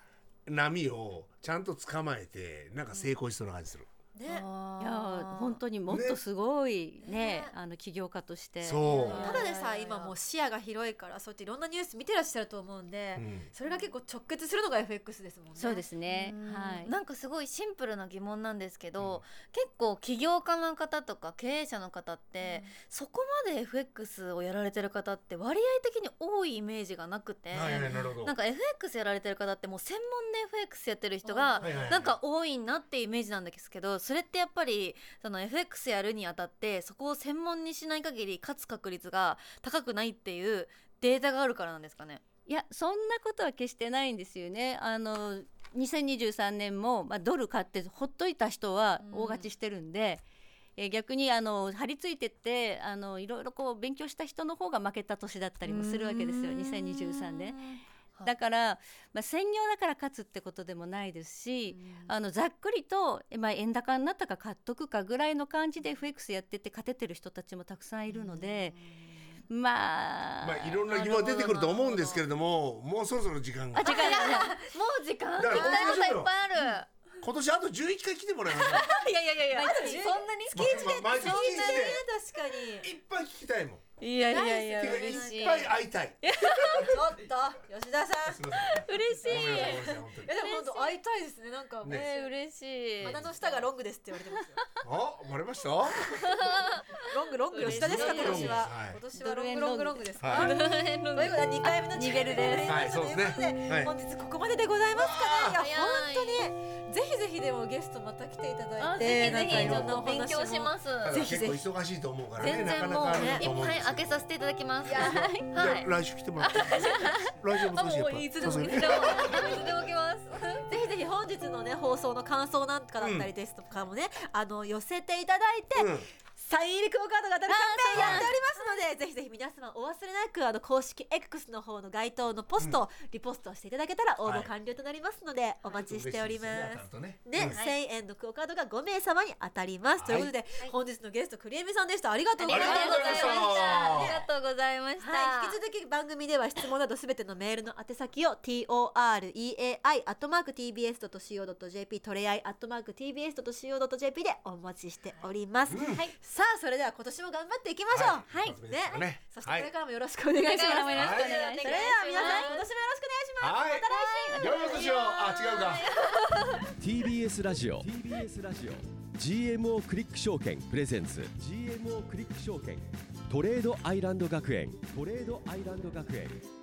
B: 波をちゃんと捕まえてなんか成功しそうな感じする。
C: ね
E: あー
D: いや本当にもっとすごいね
C: ね
D: あの起業家として
B: そ
C: ただでさ今もう視野が広いからそうやっていろんなニュース見てらっしゃると思うんで、
B: う、うん
C: それが結構直結するのが FX ですもんね
D: そうですね
E: うん
D: はい
E: なんかすごいシンプルな疑問なんですけど、結構起業家の方とか経営者の方って、そこまで FX をやられてる方って割合的に多いイメージがなくて、
B: はいはいなるほど
E: なんか FX やられてる方ってもう専門で FX やってる人
B: は
E: が
B: いはいはい
E: なんか多いなってイメージなんですけどそれってやっぱりその FX やるにあたってそこを専門にしない限り勝つ確率が高くないっていうデータがあるからなんですかね。
D: いやそんなことは決してないんですよねあの2023年も、まあ、ドル買ってほっといた人は大勝ちしてるんで、えー逆にあの張り付いてってあのいろいろこう勉強した人の方が負けた年だったりもするわけですよ2023年。だから、まあ、専業だから勝つってことでもないですし、あのざっくりと、えまあ、円高になったか買っとくかぐらいの感じで FX やってて勝ててる人たちもたくさんいるので、まあ、
B: まあいろんな疑問は出てくると思うんですけれどももうそろそろ時間が
D: あ違う違う
E: もう時間
B: だか
E: 聞き
B: ら
E: たいこといっぱいある。
B: 今年あと11回来てもらいましょう
E: いやいやいやいや。
C: そんなに
B: まま毎月
C: そう
B: 月で
C: だね確かに
B: いっぱい聞きたいもん。
E: いやいやいや
B: てか
E: 嬉し
B: い
E: い。
B: っぱい会いたい。
C: ちょっと吉田さん
B: すみません。
E: 嬉しい。
B: ごめんなさい、ごめんなさい、本当に
C: い。やでも本当会いたいですねなんか
B: ね
E: えー嬉しい。
C: 鼻の下がロングですって言われてますよ
B: あ、バレました。は
C: ロングロング吉田ですか今年は
B: はい
C: 今年はロングロングロングですか
B: はい
C: ということで2回目の逃げるです
B: はいそうですね
C: と
B: は
C: いうことで
B: い
C: 本日ここまででございますかねいや本
E: 早
C: 当
E: い
C: にぜひぜひでもゲストまた来ていただ
E: あ
C: い
E: ぜ
C: て
E: ひぜひちょ
C: なんかいろ
E: っと
C: んなお
E: 勉
C: 話
E: 強
C: も
E: します。
B: ただ結構忙しいと思うからね、
E: 全
B: なか
E: 然
B: な
E: もう
B: かあ
E: ね
B: る
E: い
B: と思
E: っ
B: うん
E: ぱ
B: で
E: い
B: す
E: 開けさせていただきます。
B: け
E: はい。
B: 来週来てもらって。来週も
E: あ
B: 少しやっ
E: も
B: ぱ
E: うい
B: り。
E: つでも
B: そう
E: い
B: で
E: つ
B: すね
E: でもいつでも来ます。
C: ぜひぜひ本日のね放送の感想なんかだったりですとかもね、あの寄せていただいて、
B: うん
C: サイン入りクオカードが当たるキャンペーンやっておりますので、ぜひぜひ皆様お忘れなくあの公式 X の方の該当のポストをリポストしていただけたら応
B: は
C: 募
B: い
C: 完了となりますので、お待ちしております。
B: 当たるとね
C: ね、
B: うん
C: 1000円のクオカードが5名様に当たります、
B: はい
C: ということで、本日のゲストクリエミさんでしたありがとうございま
B: ありがとうございました
C: す
E: ありがとうございました。
C: はい、引き続き番組では質問などすべてのメールの宛先を toreai.tbs.co.jp トレアイ .tbs.co.jp でお待ちしております、はい、さあそれでは今年も頑張っていきましょう
B: はいはい
C: ね
B: そうですね
C: そしてこれからもよろしくお願いします、
E: これからも
C: そ
E: よろしくお願いします
C: れでは皆さん今年もよろしくお願い
B: はい。良
C: します、
B: いお年を。あ、違うか。
A: TBS ラジオ TBS ラジオ GMO クリック証券プレゼンツ GMO クリック証券トレードアイランド学園トレードアイランド学園